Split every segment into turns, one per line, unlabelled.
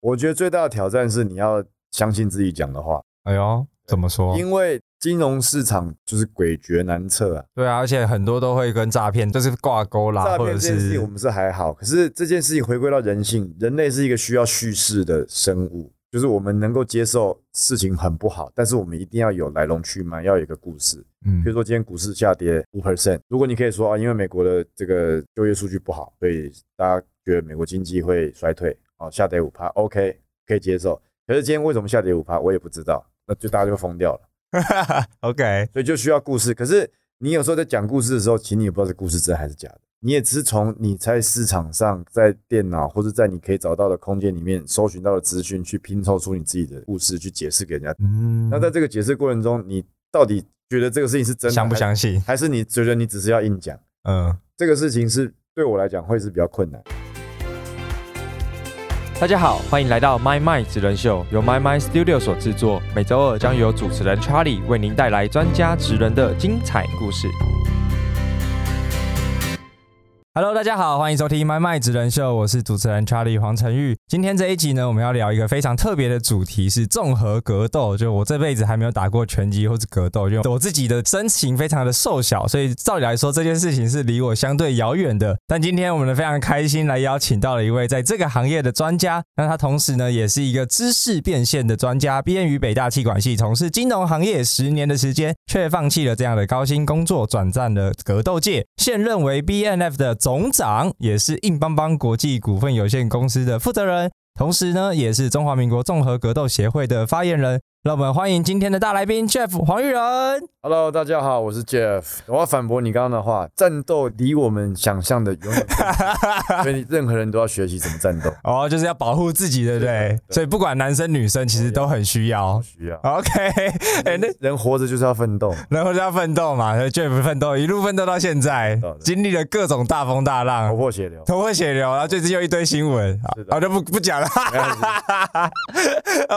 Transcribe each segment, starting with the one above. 我觉得最大的挑战是你要相信自己讲的话，
哎呦，怎么说？
因为金融市场就是诡谲难测啊。
对啊，而且很多都会跟诈骗就是挂钩啦，
诈
啊或
骗
者
这件事
是
情我们是还好，可是这件事情回归到人性，人类是一个需要叙事的生物，就是我们能够接受事情很不好，但是我们一定要有来龙去脉，要有一个故事。
嗯
比如说今天股市下跌五 percent，如果你可以说啊，因为美国的这个就业数据不好，所以大家觉得美国经济会衰退，哦，下跌五趴，OK，可以接受。可是今天为什么下跌五趴，我也不知道，那就大家就疯掉了，
，OK，
所以就需要故事。可是你有时候在讲故事的时候，请你也不知道是故事真还是假的，你也只是从你在市场上、在电脑或者在你可以找到的空间里面搜寻到的资讯，去拼凑出你自己的故事，去解释给人家。
嗯，
那在这个解释过程中，你到底觉得这个事情是真的，
相不
还是
相信？
还是你觉得你只是要硬讲？
嗯，
这个事情是对我来讲会是比较困难。
大家好，欢迎来到 My My 职人秀，由 My My Studio 所制作。每周二将由主持人 Charlie 为您带来专家职人的精彩故事。
Hello，大家好，欢迎收听《麦麦职人秀》，我是主持人 Charlie 黄成玉。今天这一集呢，我们要聊一个非常特别的主题，是综合格斗。就我这辈子还没有打过拳击或是格斗，就我自己的身形非常的瘦小，所以照理来说这件事情是离我相对遥远的。但今天我们非常开心来邀请到了一位在这个行业的专家，那他同时呢也是一个知识变现的专家，毕业于北大气管系，从事金融行业十年的时间，却放弃了这样的高薪工作，转战了格斗界，现任为 BNF 的总长，也是硬邦邦国际股份有限公司的负责人，同时呢也是中华民国综合格斗协会的发言人。让我们欢迎今天的大来宾 Jeff 黄玉仁。
Hello，大家好，我是 Jeff。我要反驳你刚刚的话，战斗离我们想象的永远不 远，所以任何人都要学习怎么战斗。
哦，就是要保护自己，对不对
对？
所以不管男生女生，其实都很需要。
需要
OK，哎、那
人活着就是要奋斗，
然后就要奋斗嘛，所以 Jeff 奋斗，一路奋斗到现在
到，的
经历了各种大风大
头
浪，
破血 流。
头破血流，然后最近又一堆新闻，啊
是的
好，就不不讲了。
没关系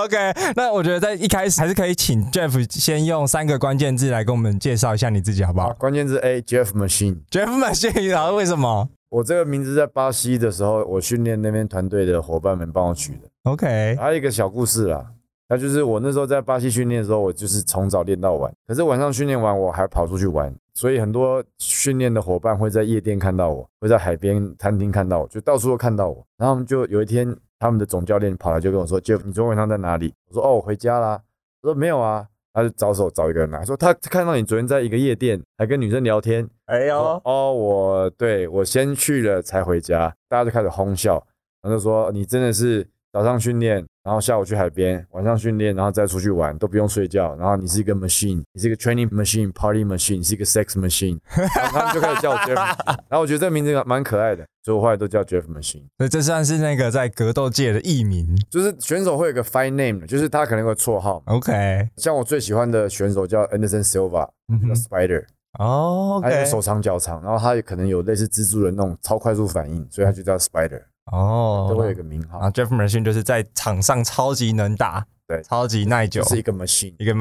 OK，那我觉得在一开始还是可以请 Jeff 先用三个关键字来跟我们介绍一下你自己，好不
好，
好
关键字 A Jeff Machine。
？Jeff 蛮幸运，然后啊为什么
我这个名字在巴西的时候，我训练那边团队的伙伴们帮我取的。
？OK，
还有一个小故事啦，那就是我那时候在巴西训练的时候，我就是从早练到晚，可是晚上训练完我还跑出去玩，所以很多训练的伙伴会在夜店看到我，会在海边餐厅看到我，就到处都看到我。然后他们就有一天，他们的总教练跑来就跟我说：“Jeff，你昨天晚上在哪里？”我说：“哦，我回家啦。”我说：“没有啊。”他就找手找一个人来说：“他看到你昨天在一个夜店还跟女生聊天。”
哎
哦，哦，我对我先去了才回家，大家就开始哄笑，然后就说你真的是早上训练，然后下午去海边，晚上训练，然后再出去玩，都不用睡觉，然后你是一个 machine，你是一个 training machine、party machine，你是一个 sex machine，然后他们就开始叫我 Jeff，machine 然后我觉得这个名字蛮可爱的，所以我后来都叫 Jeff machine。
所以这算是那个在格斗界的艺名。
就是选手会有一个 fine name，的就是他可能有个绰号，
OK，
像我最喜欢的选手叫 Anderson Silva，
嗯
叫
哼
Spider，
哦
他有
，OK，
哎手长脚长，然后他也可能有类似蜘蛛人那种超快速反应，所以他就叫 Spider，
哦，
都会有一个名
啊
号，
，Jeff Machine 就是在场上超级能打，
对
超级耐久
就，是一个 machine。
一个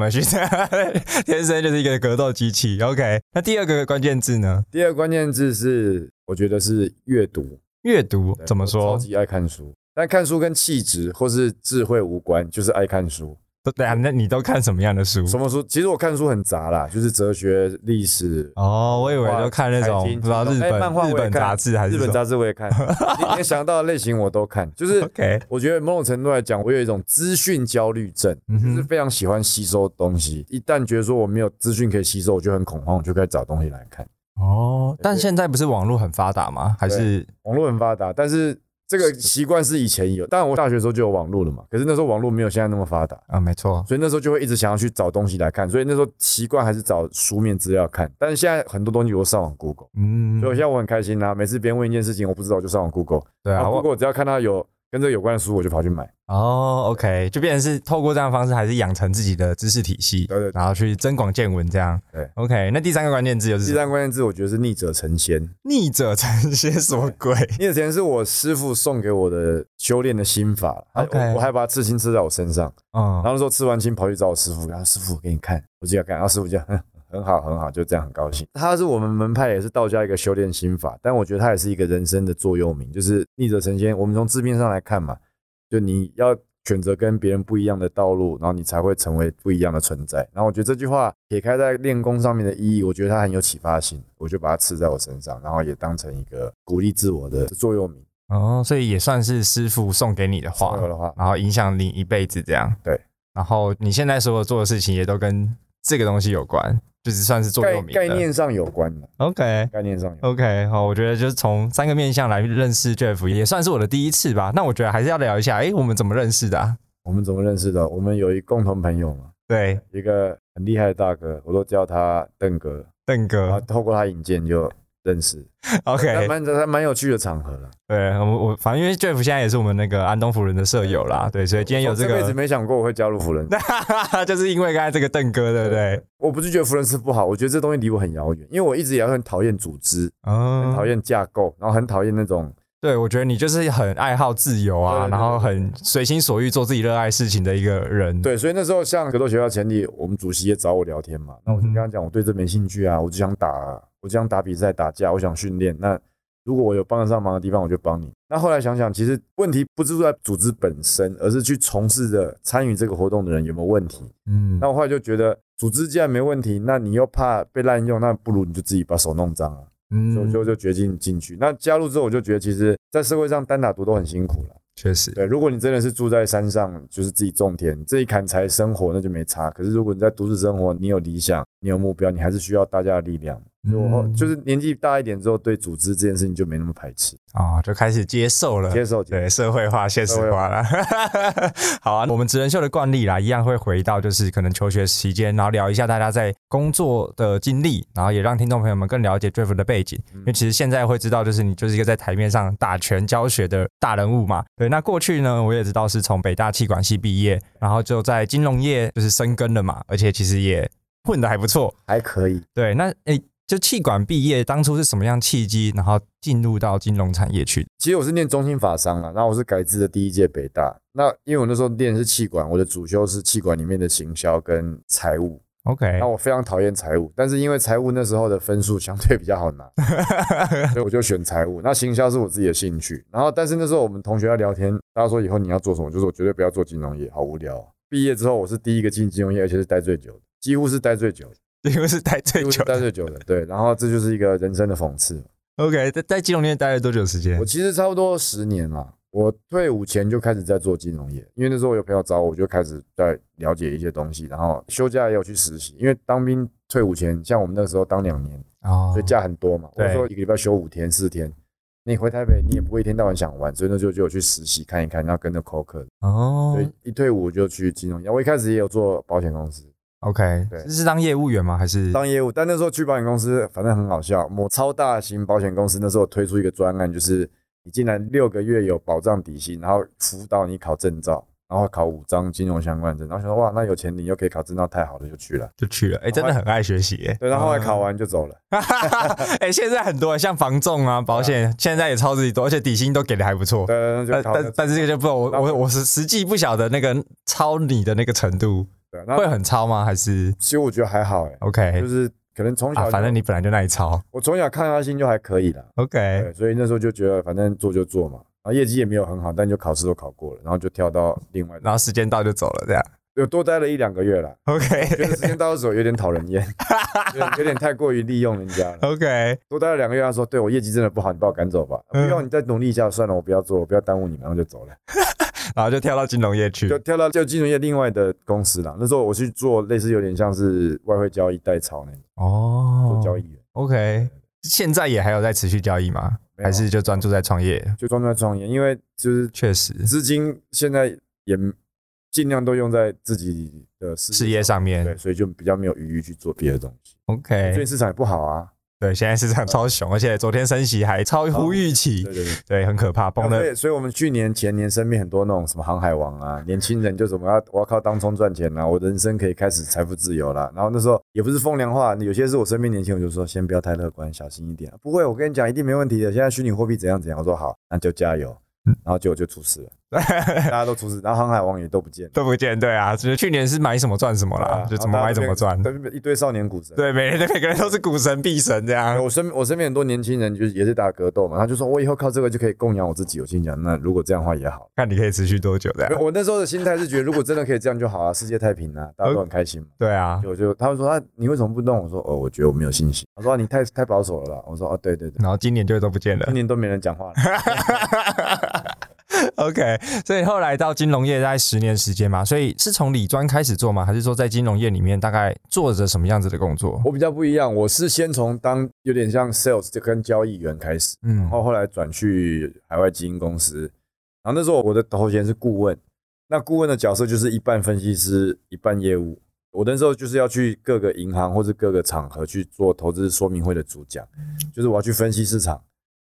Machine，天生就是一个格斗机器。OK，那第二个关键字呢？
第二个关键字是，我觉得是阅读。
阅读
对
怎么
我
说
超？级爱看书，但看书跟气质或是智慧无关，就是爱看书。
都对啊，那你都看什么样的书？
什么书？其实我看书很杂啦，就是哲学、历史。
哦，我以为
哇
都看那种
财经
不知道
金
日
融哎
本
漫画
日
我也
本
看
杂志还是
日本
什么
杂志我也 看，你你想到的类型我都看。就是
OK，
我觉得某种程度来讲，我有一种资讯焦虑症，
嗯哼
就是非常喜欢吸收东西。一旦觉得说我没有资讯可以吸收，我就很恐慌，我就开始找东西来看。
哦，但现在不是网络很发达吗？还是
网络很发达，但是这个习惯是以前有，当然我大学的时候就有网络了嘛，可是那时候网络没有现在那么发达，
啊，没错，
所以那时候就会一直想要去找东西来看，所以那时候习惯还是找书面资料看，但是现在很多东西我都上网 Google，
嗯
所以，我现在我很开心啦、每次别人问一件事情我不知道，我就上网 Google，
对
然
啊，
后
我
Google 只要看到有跟这个有关的书，我就跑去买。
哦，OK，就变成是透过这样的方式，还是养成自己的知识体系，
对对对
然后去增广见闻这样。
对
，OK，那第三个关键字就
第
是什么
三关键字我觉得是逆者成仙，
逆者成仙，什么鬼？
逆者成仙是我师傅送给我的修炼的心法，还
OK
我我还把它刺青刺在我身上。
嗯
然，后那时候吃完青跑去找我师傅，然后师傅我给你看，我就要看，然后师傅就嗯很好很好，就这样很高兴。他是我们门派也是道家一个修炼心法，但我觉得他也是一个人生的座右铭，就是逆者成仙。我们从字面上来看嘛，就你要选择跟别人不一样的道路，然后你才会成为不一样的存在。然后我觉得这句话撇开在练功上面的意义，我觉得它很有启发性，我就把它刺在我身上，然后也当成一个鼓励自我的座右铭。
哦，所以也算是师傅送给你的话
朋，友的话，
然后影响你一辈子这样。
对，
然后你现在所有做的事情也都跟这个东西有关，就是算是座右
概
铭
概
了
念上有关的，
OK。
概念上有关。
OK，好，我觉得就是从三个面向来认识 Jeff，也算是我的第一次吧。那我觉得还是要聊一下，哎，我们怎么认识的、啊？
我们怎么认识的？我们有一共同朋友嘛，
对，
一个很厉害的大哥，我都叫他邓哥，
邓
然后
哥。
透过他引荐就认识。还
OK，
蛮还蛮有趣的场合了。
对，我我反正因为 Jeff 现在也是我们那个安东夫人的舍友啦，对，所以今天有
我
这
哦辈子
个，
没想过我会加入福人，
就是因为刚才这个邓哥，对不对？
我不是觉得福人是不好，我觉得这东西离我很遥远，因为我一直也很讨厌组织，很
嗯
讨，厌架构，然后很讨厌那种
对，我觉得你就是很爱好自由
对对
啊，
对
然后很随心所欲做自己热爱事情的一个人。，
对，所以那时候像格斗学校前里，我们主席也找我聊天嘛，那我就跟他讲，我对这没兴趣啊，我只想打、我只想打比赛、打架，我想训练。那如果我有帮得上忙的地方，我就帮你。那后来想想，其实问题不是在组织本身，而是去从事的参与这个活动的人有没有问题。
嗯
那我后来就觉得，组织既然没问题，那你又怕被滥用，那不如你就自己把手弄脏啊。所以我
嗯，
就就决定进去。那加入之后，我就觉得其实，在社会上单打独斗很辛苦了。
确实，
对，如果你真的是住在山上，就是自己种田，自己砍柴生活，那就没差。可是如果你在都市生活，你有理想，你有目标，你还是需要大家的力量。所以我后
嗯
就是年纪大一点之后，对组织这件事情就没那么排斥，
哦，就开始接受了。
接受。接受
对，社会化、现实
社会
化了。 好啊，我们职人秀的惯例啦，一样会回到就是可能求学期间，然后聊一下大家在工作的经历，然后也让听众朋友们更了解 Jeff 的背景。因为其实现在会知道，就是你就是一个在台面上打拳教学的大人物嘛。对，那过去呢，我也知道是从北大气管系毕业，然后就在金融业就是深耕了嘛，而且其实也混得还不错。
还可以。
对，那诶。就气管毕业，当初是什么样契机，然后进入到金融产业去的？
其实我是念中心法商啊，然后我是改制的第一届北大。那因为我那时候念的是气管，我的主修是气管里面的行销跟财务。
OK，
那我非常讨厌财务，但是因为财务那时候的分数相对比较好拿，所以我就选财务。那行销是我自己的兴趣，然后但是那时候我们同学在聊天，大家说以后你要做什么，我就说我绝对不要做金融业，好无聊、哦。毕业之后我是第一个进金融业，而且是待最久的，几乎是待最久的，
因为是待
几
最
乎是
久的
待最久的。对，然后这就是一个人生的讽刺。
OK，在在金融业待了多久时间
我？其实差不多十年了。我退伍前就开始在做金融业，因为那时候我有朋友找我，我就开始在了解一些东西，然后休假也有去实习。因为当兵退伍前，像我们那时候当两年，
哦
所以假很多嘛。
对
我说一个礼拜休五天四天，你回台北你也不会一天到晚想玩，所以那时候就有去实习看一看，然后跟着 Coker。
哦
所以一退伍我就去金融业，我一开始也有做保险公司
，OK，
对
是当业务员吗？还是
当业务，但那时候去保险公司反正很好笑。某超大型保险公司那时候推出一个专案，就是你进来六个月有保障底薪，然后辅导你考证照。然后考五张金融相关证，然后想说哇，那有钱领又可以考证照，太好了，就去了。
就去了？哎，真的很爱学习耶。
对，然后后来考
嗯，
完就走了。
哎，现在很多像房仲啊、保险，现在也超级多，而且底薪都给的还不错。
对，然后就
但
考
啊但但是这个就不，我我我是实际不晓得那个超你的那个程度
对，然后
会很超吗？还是
其实我觉得还好哎、啊就
OK
是可能从小
啊？
就、
反正你本来就那里超
我从小抗压性就还可以啦，
OK
对，所以那时候就觉得反正做就做嘛，然后业绩也没有很好，但就考试都考过了，然后就跳到另外，
然后时间到就走了，这样
有多待了一两个月啦，觉
OK
得时间到的时候有点讨人 厌，有点有点太过于利用人家了。
OK
多待了两个月，他说：“对我业绩真的不好，你把我赶走吧。不
嗯
用，你再努力一下，算了，我不要做，我不要耽误你们，然后就走了，
然后就跳到金融业去
就。跳到就金融业另外的公司啦。那时候我去做类似有点像是外汇交易代操那种，
哦
做交易员，
OK，现在也还有在持续交易吗？
没有啊
还是就专注在创业？
就专注在创业，因为就是
确实，
资金现在也尽量都用在自己的事
事业上
对，
面。哎
所以就比较没有余裕去做别的东西。最
OK，
近市场也不好啊，
对，现在市场超熊，而且昨天升息还超乎预期
对，对对。
对，很可怕，崩
所
了。
以，所以我们去年、前年身边很多那种什么航海王啊，年轻人就什么要我要靠当冲赚钱啦、啊我人生可以开始财富自由啦。然后那时候也不是风凉话，有些是我身边年轻人就说啊先不要太乐观，小心一点。不会，我跟你讲，一定没问题的。现在虚拟货币怎样怎样，我说好，那就加油。
嗯
然后结果就出事了，大家都出事，然后航海王也都不见了，
都不见，对啊，就是去年是买什么赚什么啦，
啊
就怎么买怎么赚，
然后大家都变一堆少年股神。
对，啊每人每个人都是股神币神这样
哎，我身我身边很多年轻人就是也是打格斗嘛，他就说我以后靠这个就可以供养我自己。我心想，那如果这样的话也好。
看你可以持续多久这
没有
样，
我那时候的心态是觉得，如果真的可以这样就好啊，世界太平啊，大家都很开心嘛。
对啊，
就我就他们说啊，你为什么不弄？我说哦，我觉得我没有信心。他说、啊、你太太保守了啦。我说哦，对对对，
然后今年就都不见了
今。年都没人 讲话了。
OK，所以后来到金融业大概十年时间嘛，所以是从理专开始做吗？还是说在金融业里面大概做着什么样子的工作？
我比较不一样，我是先从当有点像 sales 就跟交易员开始，
嗯
然后后来转去海外基金公司，然后那时候我的头衔是顾问，那顾问的角色就是一半分析师，一半业务。我那时候就是要去各个银行或者各个场合去做投资说明会的主讲，就是我要去分析市场，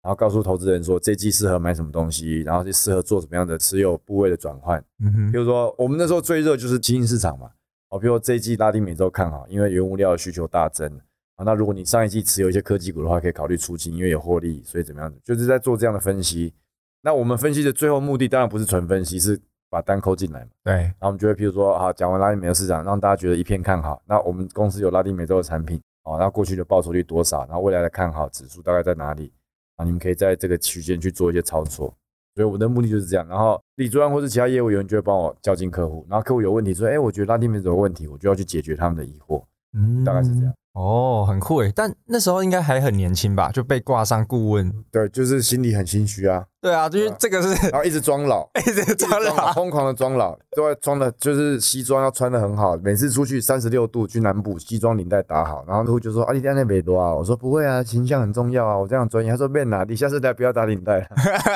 然后告诉投资人说这季适合买什么东西，然后就适合做什么样的持有部位的转换。
嗯哼
比，如说我们那时候最热就是基金市场嘛，哦，比如说这一季拉丁美洲看好，因为原物料的需求大增啊。那如果你上一季持有一些科技股的话，可以考虑出清，因为有获利，所以怎么样子，就是在做这样的分析。那我们分析的最后目的当然不是纯分析，是把单抠进来嘛。
对，
然后我们就会譬如说啊，讲完拉丁美洲市场，让大家觉得一片看好。那我们公司有拉丁美洲的产品哦，那过去的报酬率多少？然后未来的看好指数大概在哪里？啊，你们可以在这个区间去做一些操作。所以我的目的就是这样。然后李专或是其他业务员就会帮我较劲客户，然后客户有问题说，哎，我觉得拉丁美洲有问题，我就要去解决他们的疑惑，
嗯
大概是这样。。
哦，很酷诶，但那时候应该还很年轻吧，就被挂上顾问。
对，就是心里很心虚啊，
对啊，就是
对啊
这个是 哎
然后一直装老，
这个张
装老
老
疯狂的装老，都要装的，就是西装要穿的很好，每次出去三十六度去南部，西装领带打好，然后客户就说啊，你在那北多啊，我说不会啊，形象很重要啊，我这样专业，他说变哪，你下次来不要打领带，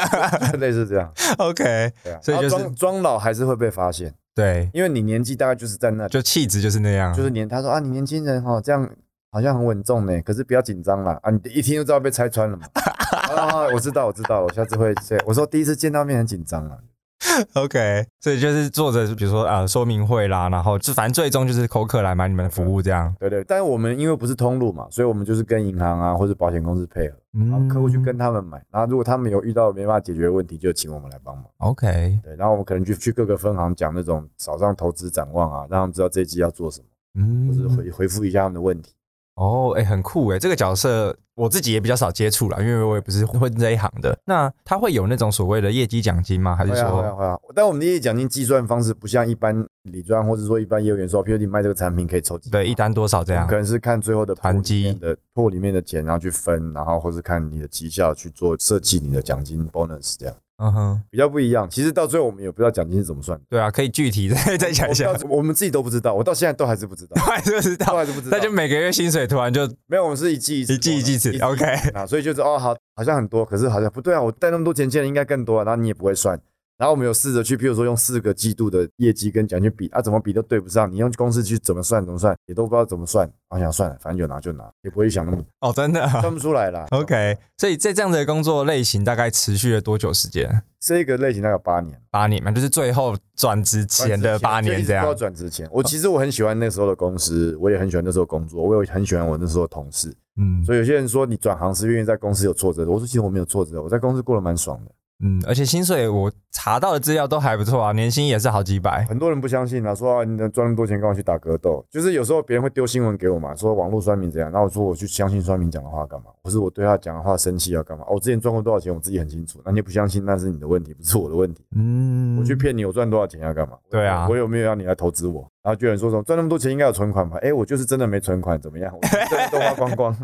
类似这样，
OK，
对啊，
所以就是
然后装装老还是会被发现，
对，
因为你年纪大概就是在那里，
就气质就是那样，
就是年，他说啊，你年轻人哈，这样好像很稳重呢，可是不要紧张啦，啊，你一听就知道被拆 穿了嘛，啊，我知道，我知道，我下次会，这样我说第一次见到面很紧张啊。
OK，所以就是做着比如说啊、呃说明会啦，然后就反正最终就是口渴来买你们的服务这样。
对对，但是我们因为不是通路嘛，所以我们就是跟银行啊或者保险公司配合，
嗯
然后客户去跟他们买，然后如果他们有遇到没办法解决的问题，就请我们来帮忙。
OK，
对，然后我们可能就去各个分行讲那种早上投资展望啊，让他们知道这一季要做什么，
嗯
或者回回复一下他们的问题。
哦，哎、很酷哎，这个角色我自己也比较少接触啦，因为我也不是混这一行的。那他会有那种所谓的业绩奖金吗？还是
会啊会啊
说，
会啊！但我们的业绩奖金计算方式不像一般理专或者说一般业务员说，比如你卖这个产品可以抽几
对一单多少这样
可？能是看最后的
团
铺里
积
面的破里面的钱，然后去分，然后或是看你的绩效去做设计你的奖金 bonus 这样
嗯哼，
比较不一样。其实到最后我们也不知道奖金是怎么算的。
对啊，可以具体再再 讲一下，
我，到我们自己都不知道，我到现在都还是不知道
还是不知
都
道。
还是不知道。
那就每个月薪水突然就
没有，我们是一季一次，
一季一季
一
次，OK，
啊，所以就是哦，好，好像很多，可是好像不对啊，我带那么多钱进来应该更多啊，然后你也不会算。然后我们有试着去，譬如说用四个季度的业绩跟奖金比啊，怎么比都对不上，你用公式去怎么算怎么算，也都不知道怎么算。我想算了，反正有拿就拿，也不会想 那么多，
哦，真的啊、
算不出来啦。
OK。所以在这样的工作类型大概持续了多久时间？
这个类型大概有八年，
八年嘛，就是最后转职前的八
就一
年
直
这
到
样。
转职前，我其实我很喜欢那时候的公司，我也很喜欢那时候工作，我也很喜欢我那时候的同事。
嗯
所以有些人说你转行是因为在公司有挫折的，我说其实我没有挫折，我在公司过得蛮爽的。
嗯，而且薪水我查到的资料都还不错啊，年薪也是好几百。
很多人不相信啊，说啊你能赚那么多钱，干嘛去打格斗？就是有时候别人会丢新闻给我嘛，说网络酸民怎样，然后我说我去相信酸民讲的话干嘛？或是我对他讲的话生气要干嘛？哦，我之前赚过多少钱，我自己很清楚。那你不相信，那是你的问题，不是我的问题。
嗯，
我去骗你，我赚多少钱要干嘛？
对啊
我有没有要你来投资我？然后就有人说什么赚那么多钱应该有存款吧？哎，我就是真的没存款，怎么样？我真的都花光 光。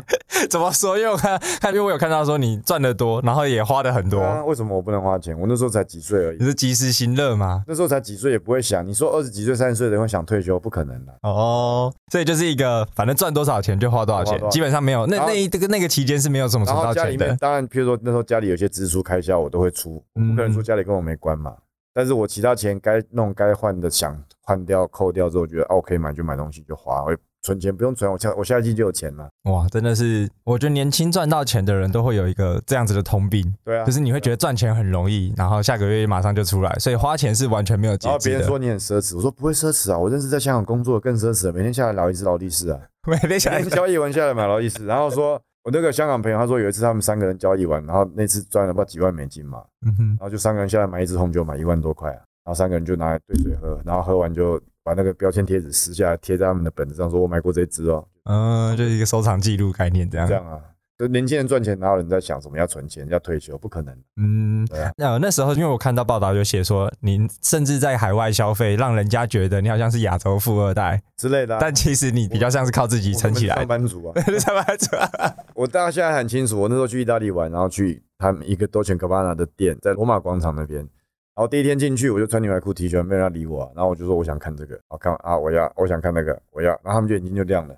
怎么说？因为我看，看，因为我有看到说你赚的多，然后也花的很多，
对啊，为什么我不能花钱？我那时候才几岁而已
你。是及时行乐吗？
那时候才几岁，也不会想。你说二十几岁、三十岁的人会想退休，不可能的。
哦，所以就是一个反正赚多少钱就花多少
花多
钱，
少
基本上没有那
然后
那一这个那个期间是没有什么
然
存
后
到
家里
钱
面
的。
当然，譬如说那时候家里有些支出开销，我都会出，我
嗯
不可能说家里跟我没关嘛。但是我其他钱该弄该换的想换掉扣掉之后，觉得哦，我可以买就买东西就花，我存钱不用存，我下我下一季就有钱了。
哇，真的是，我觉得年轻赚到钱的人都会有一个这样子的通病，
对啊，
就是你会觉得赚钱很容易，然后下个月马上就出来，所以花钱是完全没有节
然后哦别
制
人
的。
说你很奢侈，我说不会奢侈啊，我认识在 香港工作的更奢侈了，每天下来劳力士劳力士啊，
每天
每
想
天交易完下来买劳力士，然后说我那个香港朋友他说有一次他们三个人交易完，然后那次赚了不知道几万美金嘛，
嗯哼
然，后就三个人下来买一支红酒，买一万多块啊，然后三个人就拿来兑水喝，然后喝完就把那个标签贴纸撕下来贴在他们的本子上，说我买过这支哦，
嗯，就是一个收藏记录概念这样。
这样啊。就年轻人赚钱，哪有人在想什么要存钱、要退休？不可能。
嗯
对啊，
那那时候因为我看到报道就写说，您甚至在海外消费，让人家觉得你好像是亚洲富二代，
之类的啊、
但其实你比较像是靠自己
我
撑起
我
来
们上
的。，
班族啊
是上 班族啊，
我大家现在很清楚，我那时候去意大利玩，然后去他们一个 Dolce Gabbana 的店，在罗马广场那边。然后第一天进去，我就穿牛仔裤 T 恤，没有人要理我啊、然后我就说我想看这个，我看啊，我要，我想看那个，我要。然后他们就眼睛就亮了，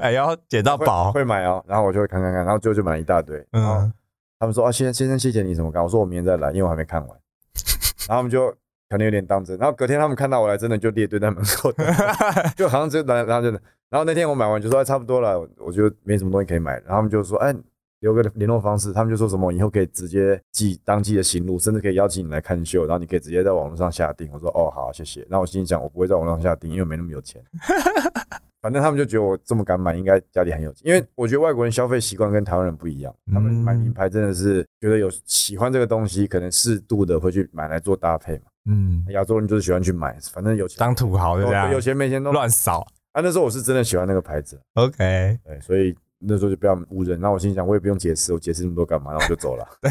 哎呦，捡到
会
宝，
会买哦。然后我就会看看看，然后最后就买了一大堆。嗯
嗯，，
他们说啊，先生先生谢谢你什么干？我说我明天再来，因为我还没看完。然后他们就可能有点当真。然后隔天他们看到我来，真的就列队在门口等我，就好像真的，然后真的。然后那天我买完就说、哎、差不多了，我我觉得没什么东西可以买了。然后他们就说哎。留个联络方式，他们就说什么以后可以直接寄当季的行路，甚至可以邀请你来看秀，然后你可以直接在网络上下订。我说哦好，谢谢。那我心里想，我不会在网络上下订，因为没那么有钱。反正他们就觉得我这么敢买，应该家里很有钱。因为我觉得外国人消费习惯跟台湾人不一样，他们买名牌真的是觉得有喜欢这个东西，可能适度的会去买来做搭配嘛。
嗯，
亚洲人就是喜欢去买，反正有钱哦
当土豪的这样
有，钱没钱都
乱扫。
啊，那时候我是真的喜欢那个牌子，
OK，
对，所以那时候就被他们误认。那我心想，我也不用解释，我解释那么多干嘛？然后我就走了。
对，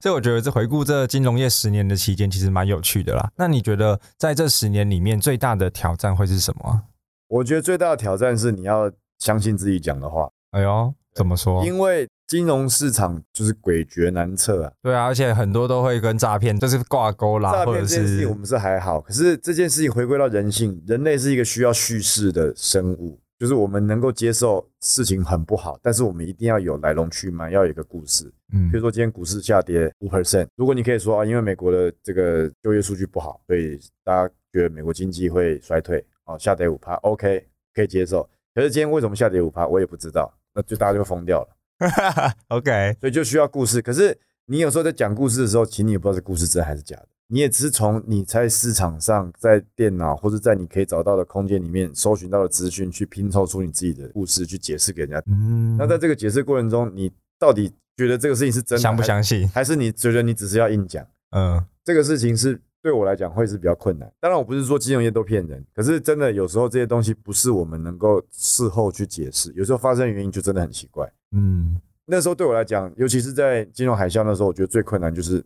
所以我觉得这回顾这金融业十年的期间，其实蛮有趣的啦。那你觉得在这十年里面最大的挑战会是什么啊？
我觉得最大的挑战是你要相信自己讲的话，
哎呦，怎么说？
因为金融市场就是诡谲难测啊。
对啊，而且很多都会跟诈骗就是挂钩啦，
诈
啊或
骗
者
这件事
是
情我们是还好，可是这件事情回归到人性，人类是一个需要叙事的生物，就是我们能够接受事情很不好，但是我们一定要有来龙去脉，要有一个故事。
嗯
比如说今天股市下跌五 percent，如果你可以说啊，因为美国的这个就业数据不好，所以大家觉得美国经济会衰退，哦，下跌五趴，OK，可以接受。可是今天为什么下跌五趴，我也不知道，那就大家就疯掉了，
OK，
所以就需要故事。可是你有时候在讲故事的时候，其实你也不知道这故事真还是假的，你也只是从你在市场上、在电脑或者在你可以找到的空间里面搜寻到的资讯，去拼凑出你自己的故事，去解释给人家。
嗯，
那在这个解释过程中，你到底觉得这个事情是真的，
相不相信？
还是你觉得你只是要硬讲？
嗯，
这个事情是对我来讲会是比较困难。当然，我不是说金融业都骗人，可是真的有时候这些东西不是我们能够事后去解释，有时候发生的原因就真的很奇怪。
嗯，
那时候对我来讲，尤其是在金融海啸那时候，我觉得最困难就是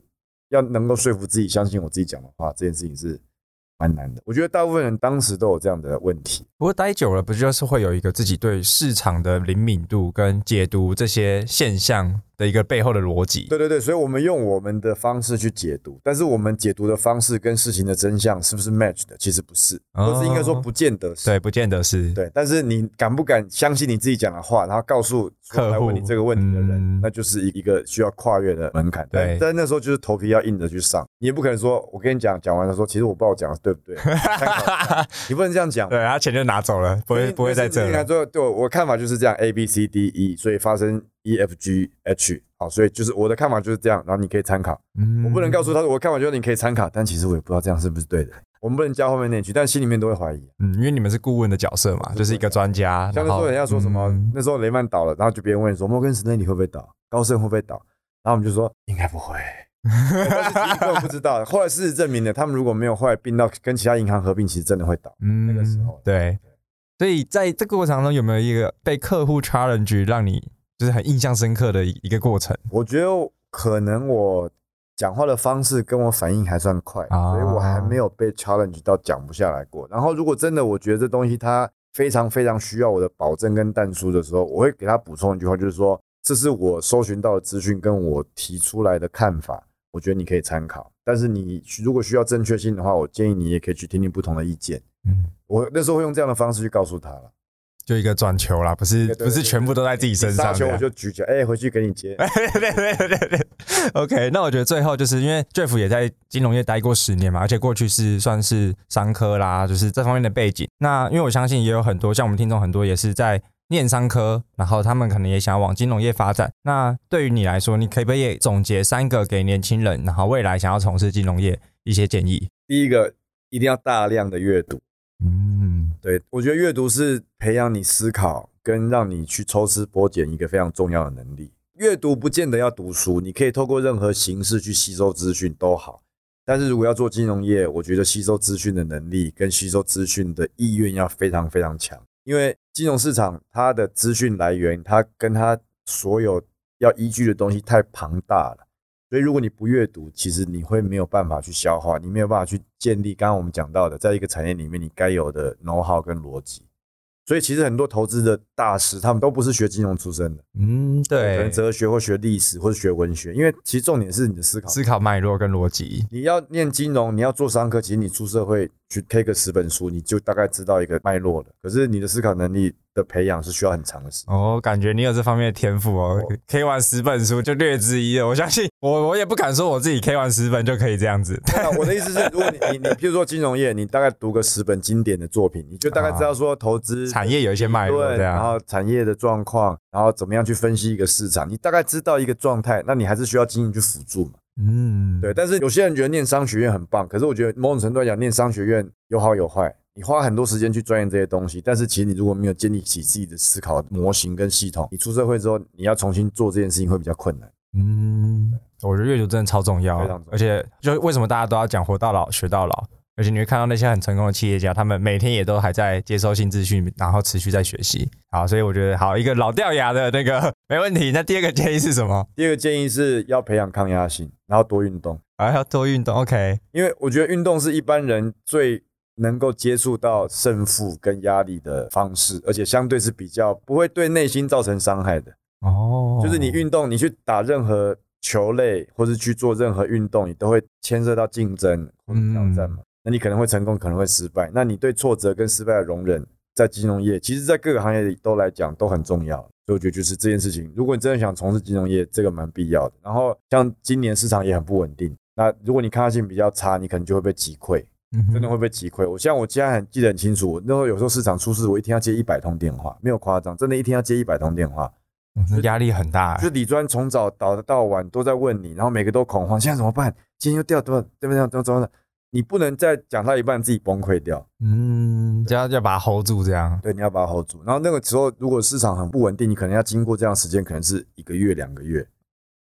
要能够说服自己相信我自己讲的话，这件事情是蛮难的。我觉得大部分人当时都有这样的问题。
不过待久了，不就是会有一个自己对市场的灵敏度跟解读这些现象的一个背后的逻辑？
对对对，所以我们用我们的方式去解读，但是我们解读的方式跟事情的真相是不是 match 的，其实不是，
哦
或是应该说不见得是。
对，不见得是
对，但是你敢不敢相信你自己讲的话，然后告诉
客户
来问你这个问题的人，
嗯
那就是一个需要跨越的门槛。
对
但但那时候就是头皮要硬着去上，你也不可能说，我跟你讲讲完了说，其实我不知道我讲的对不 对，参考一下你不能这样讲。
对，他钱就拿走了，不
因
会
为
不会在这
因为
了。
最后对我我看法就是这样，A B C D E，所以发生 E F G H，好，所以就是我的看法就是这样，然后你可以参考。
嗯
我不能告诉他我的看法就是你可以参考，但其实我也不知道这样是不是对的。我们不能加后面那一句，但心里面都会怀疑。
嗯，因为你们是顾问的角色嘛，就是一个专家。
像那
然
时
后
候人家说什么，
嗯
那时候雷曼倒了，然后就别人问说摩根史丹利会不会倒，高盛会不会倒，然后我们就说应该不 会。但是其实根本不知道。后来事实证明了，他们如果没有后来并到跟其他银行合并，其实真的会倒。
嗯
那个时候
对。所以在这个过程当中，有没有一个被客户 challenge 让你就是很印象深刻的一个过程？
我觉得可能我讲话的方式跟我反应还算快，
啊
所以我还没有被 challenge 到讲不下来过。然后如果真的我觉得这东西它非常非常需要我的保证跟淡书的时候，我会给他补充一句话，就是说这是我搜寻到的资讯跟我提出来的看法，我觉得你可以参考。但是你如果需要正确性的话，我建议你也可以去听听不同的意见。
嗯，
我那时候会用这样的方式去告诉他了。
就一个转球啦，不是
对对对
不是全部都在自己身
杀
上。
球我就举起来，哎、回去给你接。
对对对对对，OK。那我觉得最后就是因为 Jeff 也在金融业待过十年嘛，而且过去是算是商科啦，就是这方面的背景。那因为我相信也有很多像我们听众很多也是在念商科，然后他们可能也想要往金融业发展。那对于你来说，你可不可以也总结三个给年轻人，然后未来想要从事金融业一些建议？
第一个一定要大量的阅读。
嗯
对，我觉得阅读是培养你思考跟让你去抽丝剥茧一个非常重要的能力。阅读不见得要读书，你可以透过任何形式去吸收资讯都好。但是如果要做金融业，我觉得吸收资讯的能力跟吸收资讯的意愿要非常非常强，因为金融市场它的资讯来源，它跟它所有要依据的东西太庞大了。所以，如果你不阅读，其实你会没有办法去消化，你没有办法去建立刚刚我们讲到的，在一个产业里面你该有的 know how 跟逻辑。所以，其实很多投资的大师，他们都不是学金融出身的，
嗯，
可能
对，
哲学或学历史或者学文学，因为其实重点是你的思考。
思考脉络跟逻辑，
你要念金融，你要做商科，其实你出社会去 take 个十本书，你就大概知道一个脉络了。可是你的思考能力的培养是需要很长的时间。
哦，感觉你有这方面的天赋哦，K 完十本书就略知一二。我相信我，我也不敢说我自己 K 完十本就可以这样子。
对啊我的意思是，如果你你你，譬如说金融业，你大概读个十本经典的作品，你就大概知道说投资
产业有一些脉络
对，
这
然
样，
后产业的状况，然后怎么样去分析一个市场，你大概知道一个状态，那你还是需要经营去辅助嘛。
嗯，
对，但是有些人觉得念商学院很棒，可是我觉得某种程度来讲，念商学院有好有坏。你花很多时间去钻研这些东西，但是其实你如果没有建立起自己的思考模型跟系统，你出社会之后，你要重新做这件事情会比较困难。
嗯，我觉得阅读真的超重要
非常重，要
而且就为什么大家都要讲活到老学到老，而且你会看到那些很成功的企业家，他们每天也都还在接收新资讯，然后持续在学习。好，所以我觉得好一个老掉牙的那个 没问题。那第二个建议是什么？
第二个建议是要培养抗压性，然后多运动，
啊，要多运动。OK，
因为我觉得运动是一般人最能够接触到胜负跟压力的方式，而且相对是比较不会对内心造成伤害的。
哦，
就是你运动，你去打任何球类，或是去做任何运动，你都会牵涉到竞争或者挑
嗯
战嘛。那你可能会成功，可能会失败。那你对挫折跟失败的容忍，在金融业，其实在各个行业里都来讲都很重要。所以我觉得就是这件事情，如果你真的想从事金融业，这个蛮必要的。然后像今年市场也很不稳定，那如果你抗压性比较差，你可能就会被击溃，
嗯哼
真的会被击溃。我像我现在很记得很清楚，我那时候有时候市场出事，我一天要接一百通电话，没有夸张，真的，一天要接一百通电话。
哦那压力很大欸。
就李专从早到到晚都在问你，然后每个都恐慌，现在怎么办？今天又掉多少？对不对？怎么怎么的？你不能再讲到一半自己崩溃掉，
嗯，就要要把它 hold 住这样。
对，你要把它 hold 住。然后那个时候，如果市场很不稳定，你可能要经过这样的时间，可能是一个月、两个月，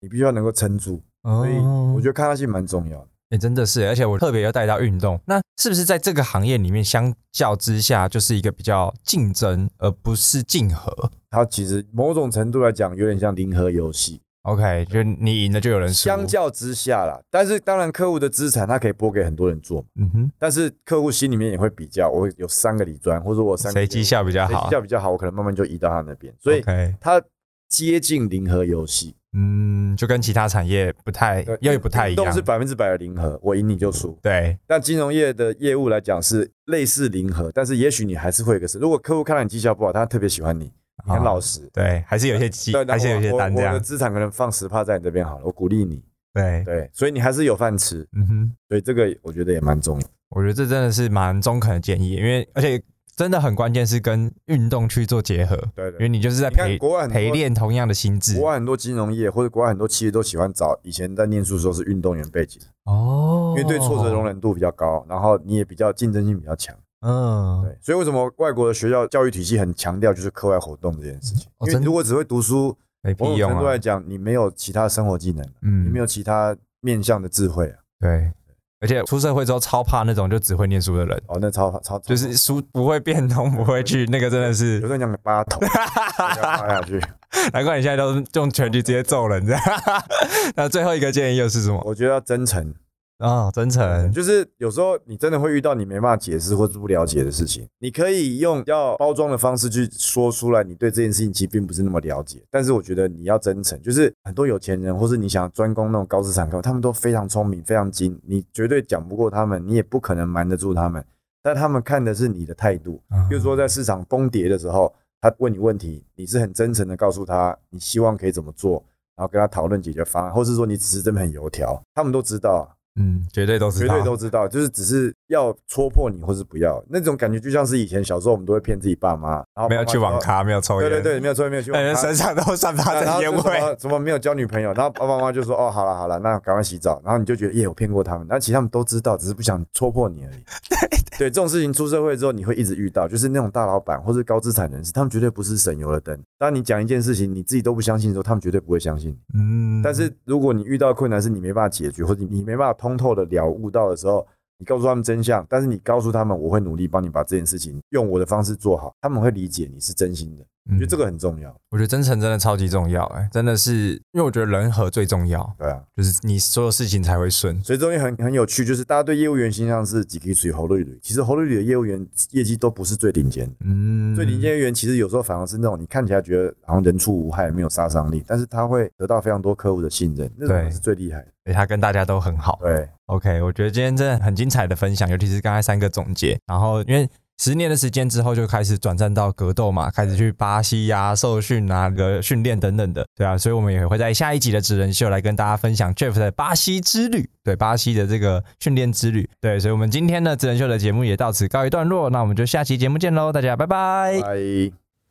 你必须要能够撑住。
所
所以我
得
觉得抗压性蛮重要的。
也、哦真的是，而且我特别要带到运动。那是不是在这个行业里面，相较之下就是一个比较竞争，而不是竞合
它其实某种程度来讲，有点像零和游戏，
？OK，就你赢了就有人输。
相，较之下啦。但是当然，客户的资产它可以拨给很多人做嘛，
嗯哼，
但是客户心里面也会比较，我有三个李专，或者我有三个
谁绩效比较
谁
好啊
绩效比较好，我可能慢慢就移到他那边，所以
OK，
它接近零和游戏，
嗯，就跟其他产业不太，又不太一
运动
样
是。百分之百的零和，我赢你就输。
对，
但金融业的业务来讲是类似零和，但是也许你还是会有一个事，如果客户看到你绩效不好，他特别喜欢你，你很
啊
老实，
对，还是有一些机
对，，那
还是有一些
我
单这
我我的
样。
资产可能放十趴在你这边好了，我鼓励你，
对，
对，所以你还是有饭吃，
嗯哼。
所以这个我觉得也蛮重要。
我觉得这真的是蛮中肯的建议，因为而且真的很关键是跟运动去做结合，
对
因
对
为你就是在
你看
陪
国外很多
陪练同样的心智
国。外很多金融业或者国外很多企业都喜欢找以前在念书的时候是运动员背景，
哦
因为对挫折容忍度比较高，然后你也比较竞争性比较强。
嗯，
对，所以为什么外国的学校教育体系很强调就是课外活动这件事情？
哦
因为
真
你如果只会读书，
没
某
必
种
用
程度来
啊，
讲，你没有其他生活技能，啊你
嗯
没有其他面向的智慧啊。
对，而且出社会之后超怕那种就只会念书的人，
哦，那超超超
就是书不会变通，不会去那个真 的
有
是
时，候讲八 头趴下去。
难怪你现在都是用拳击直接揍人这 样。那最后一个建议又是什么？
我觉得要真诚，
啊，真诚，
就是有时候你真的会遇到你没办法解释或是不了解的事情，你可以用要包装的方式去说出来，你对这件事情其实并不是那么了解。但是我觉得你要真诚，就是很多有钱人或是你想专攻那种高资产客户，他们都非常聪明、非常精，你绝对讲不过他们，你也不可能瞒得住他们。但他们看的是你的态度，
啊
比如说在市场崩跌的时候，他问你问题，你是很真诚的告诉他你希望可以怎么做，然后跟他讨论解决方案，或是说你只是真的很油条，他们都知道啊。
嗯，绝对都知
绝
道，
对都知道，就是只是要戳破你，或是不要那种感觉，就像是以前小时候我们都会骗自己爸妈，然后
没有
爸妈
去网
说，
咖，没啊哎有抽
对
烟，
对对，没有错，没有去网
感
咖，
觉身上都散发
然
着
后就
烟
什
味。
么什么没有交女朋友，然后爸爸妈妈就说哦，好 了好了，那赶快洗澡，然后你就觉得耶，我骗过他们，但其实他们都知道，只是不想戳破你而已。对这种事情出社会之后，你会一直遇到，就是那种大老板或是高资产人士，他们绝对不是省油的灯。当你讲一件事情，你自己都不相信的时候，他们绝对不会相信你。
嗯，
但是如果你遇到困难是你没办法解决，或者你没办法通透的了悟到的时候，你告诉他们真相，但是你告诉他们我会努力帮你把这件事情用我的方式做好，他们会理解你是真心的。我
嗯
觉得这个很重要，
我觉得真诚真的超级重要、哎，真的是，因为我觉得人和最重要，
对啊。
就是你所有事情才会顺。
所以这东西很很有趣，就是大家对业务员形象是几个水侯瑞里，其实侯瑞里的业务员业绩都不是最顶尖的。
嗯，
最顶尖的员其实有时候反而是那种你看起来觉得好像人畜无害，没有杀伤力，但是他会得到非常多客户的信任，那
对
种是最厉害的。
对，他跟大家都很好。
对，
OK，我觉得今天真的很精彩的分享，尤其是刚才三个总结。然后因为十年的时间之后就开始转战到格斗嘛，开始去巴西呀、受训啊、个训练等等的，对啊，所以我们也会在下一集的职人秀来跟大家分享 Jeff 的巴西之旅，对巴西的这个训练之旅，对，所以我们今天呢职人秀的节目也到此告一段落，那我们就下期节目见喽，大家拜拜。
拜。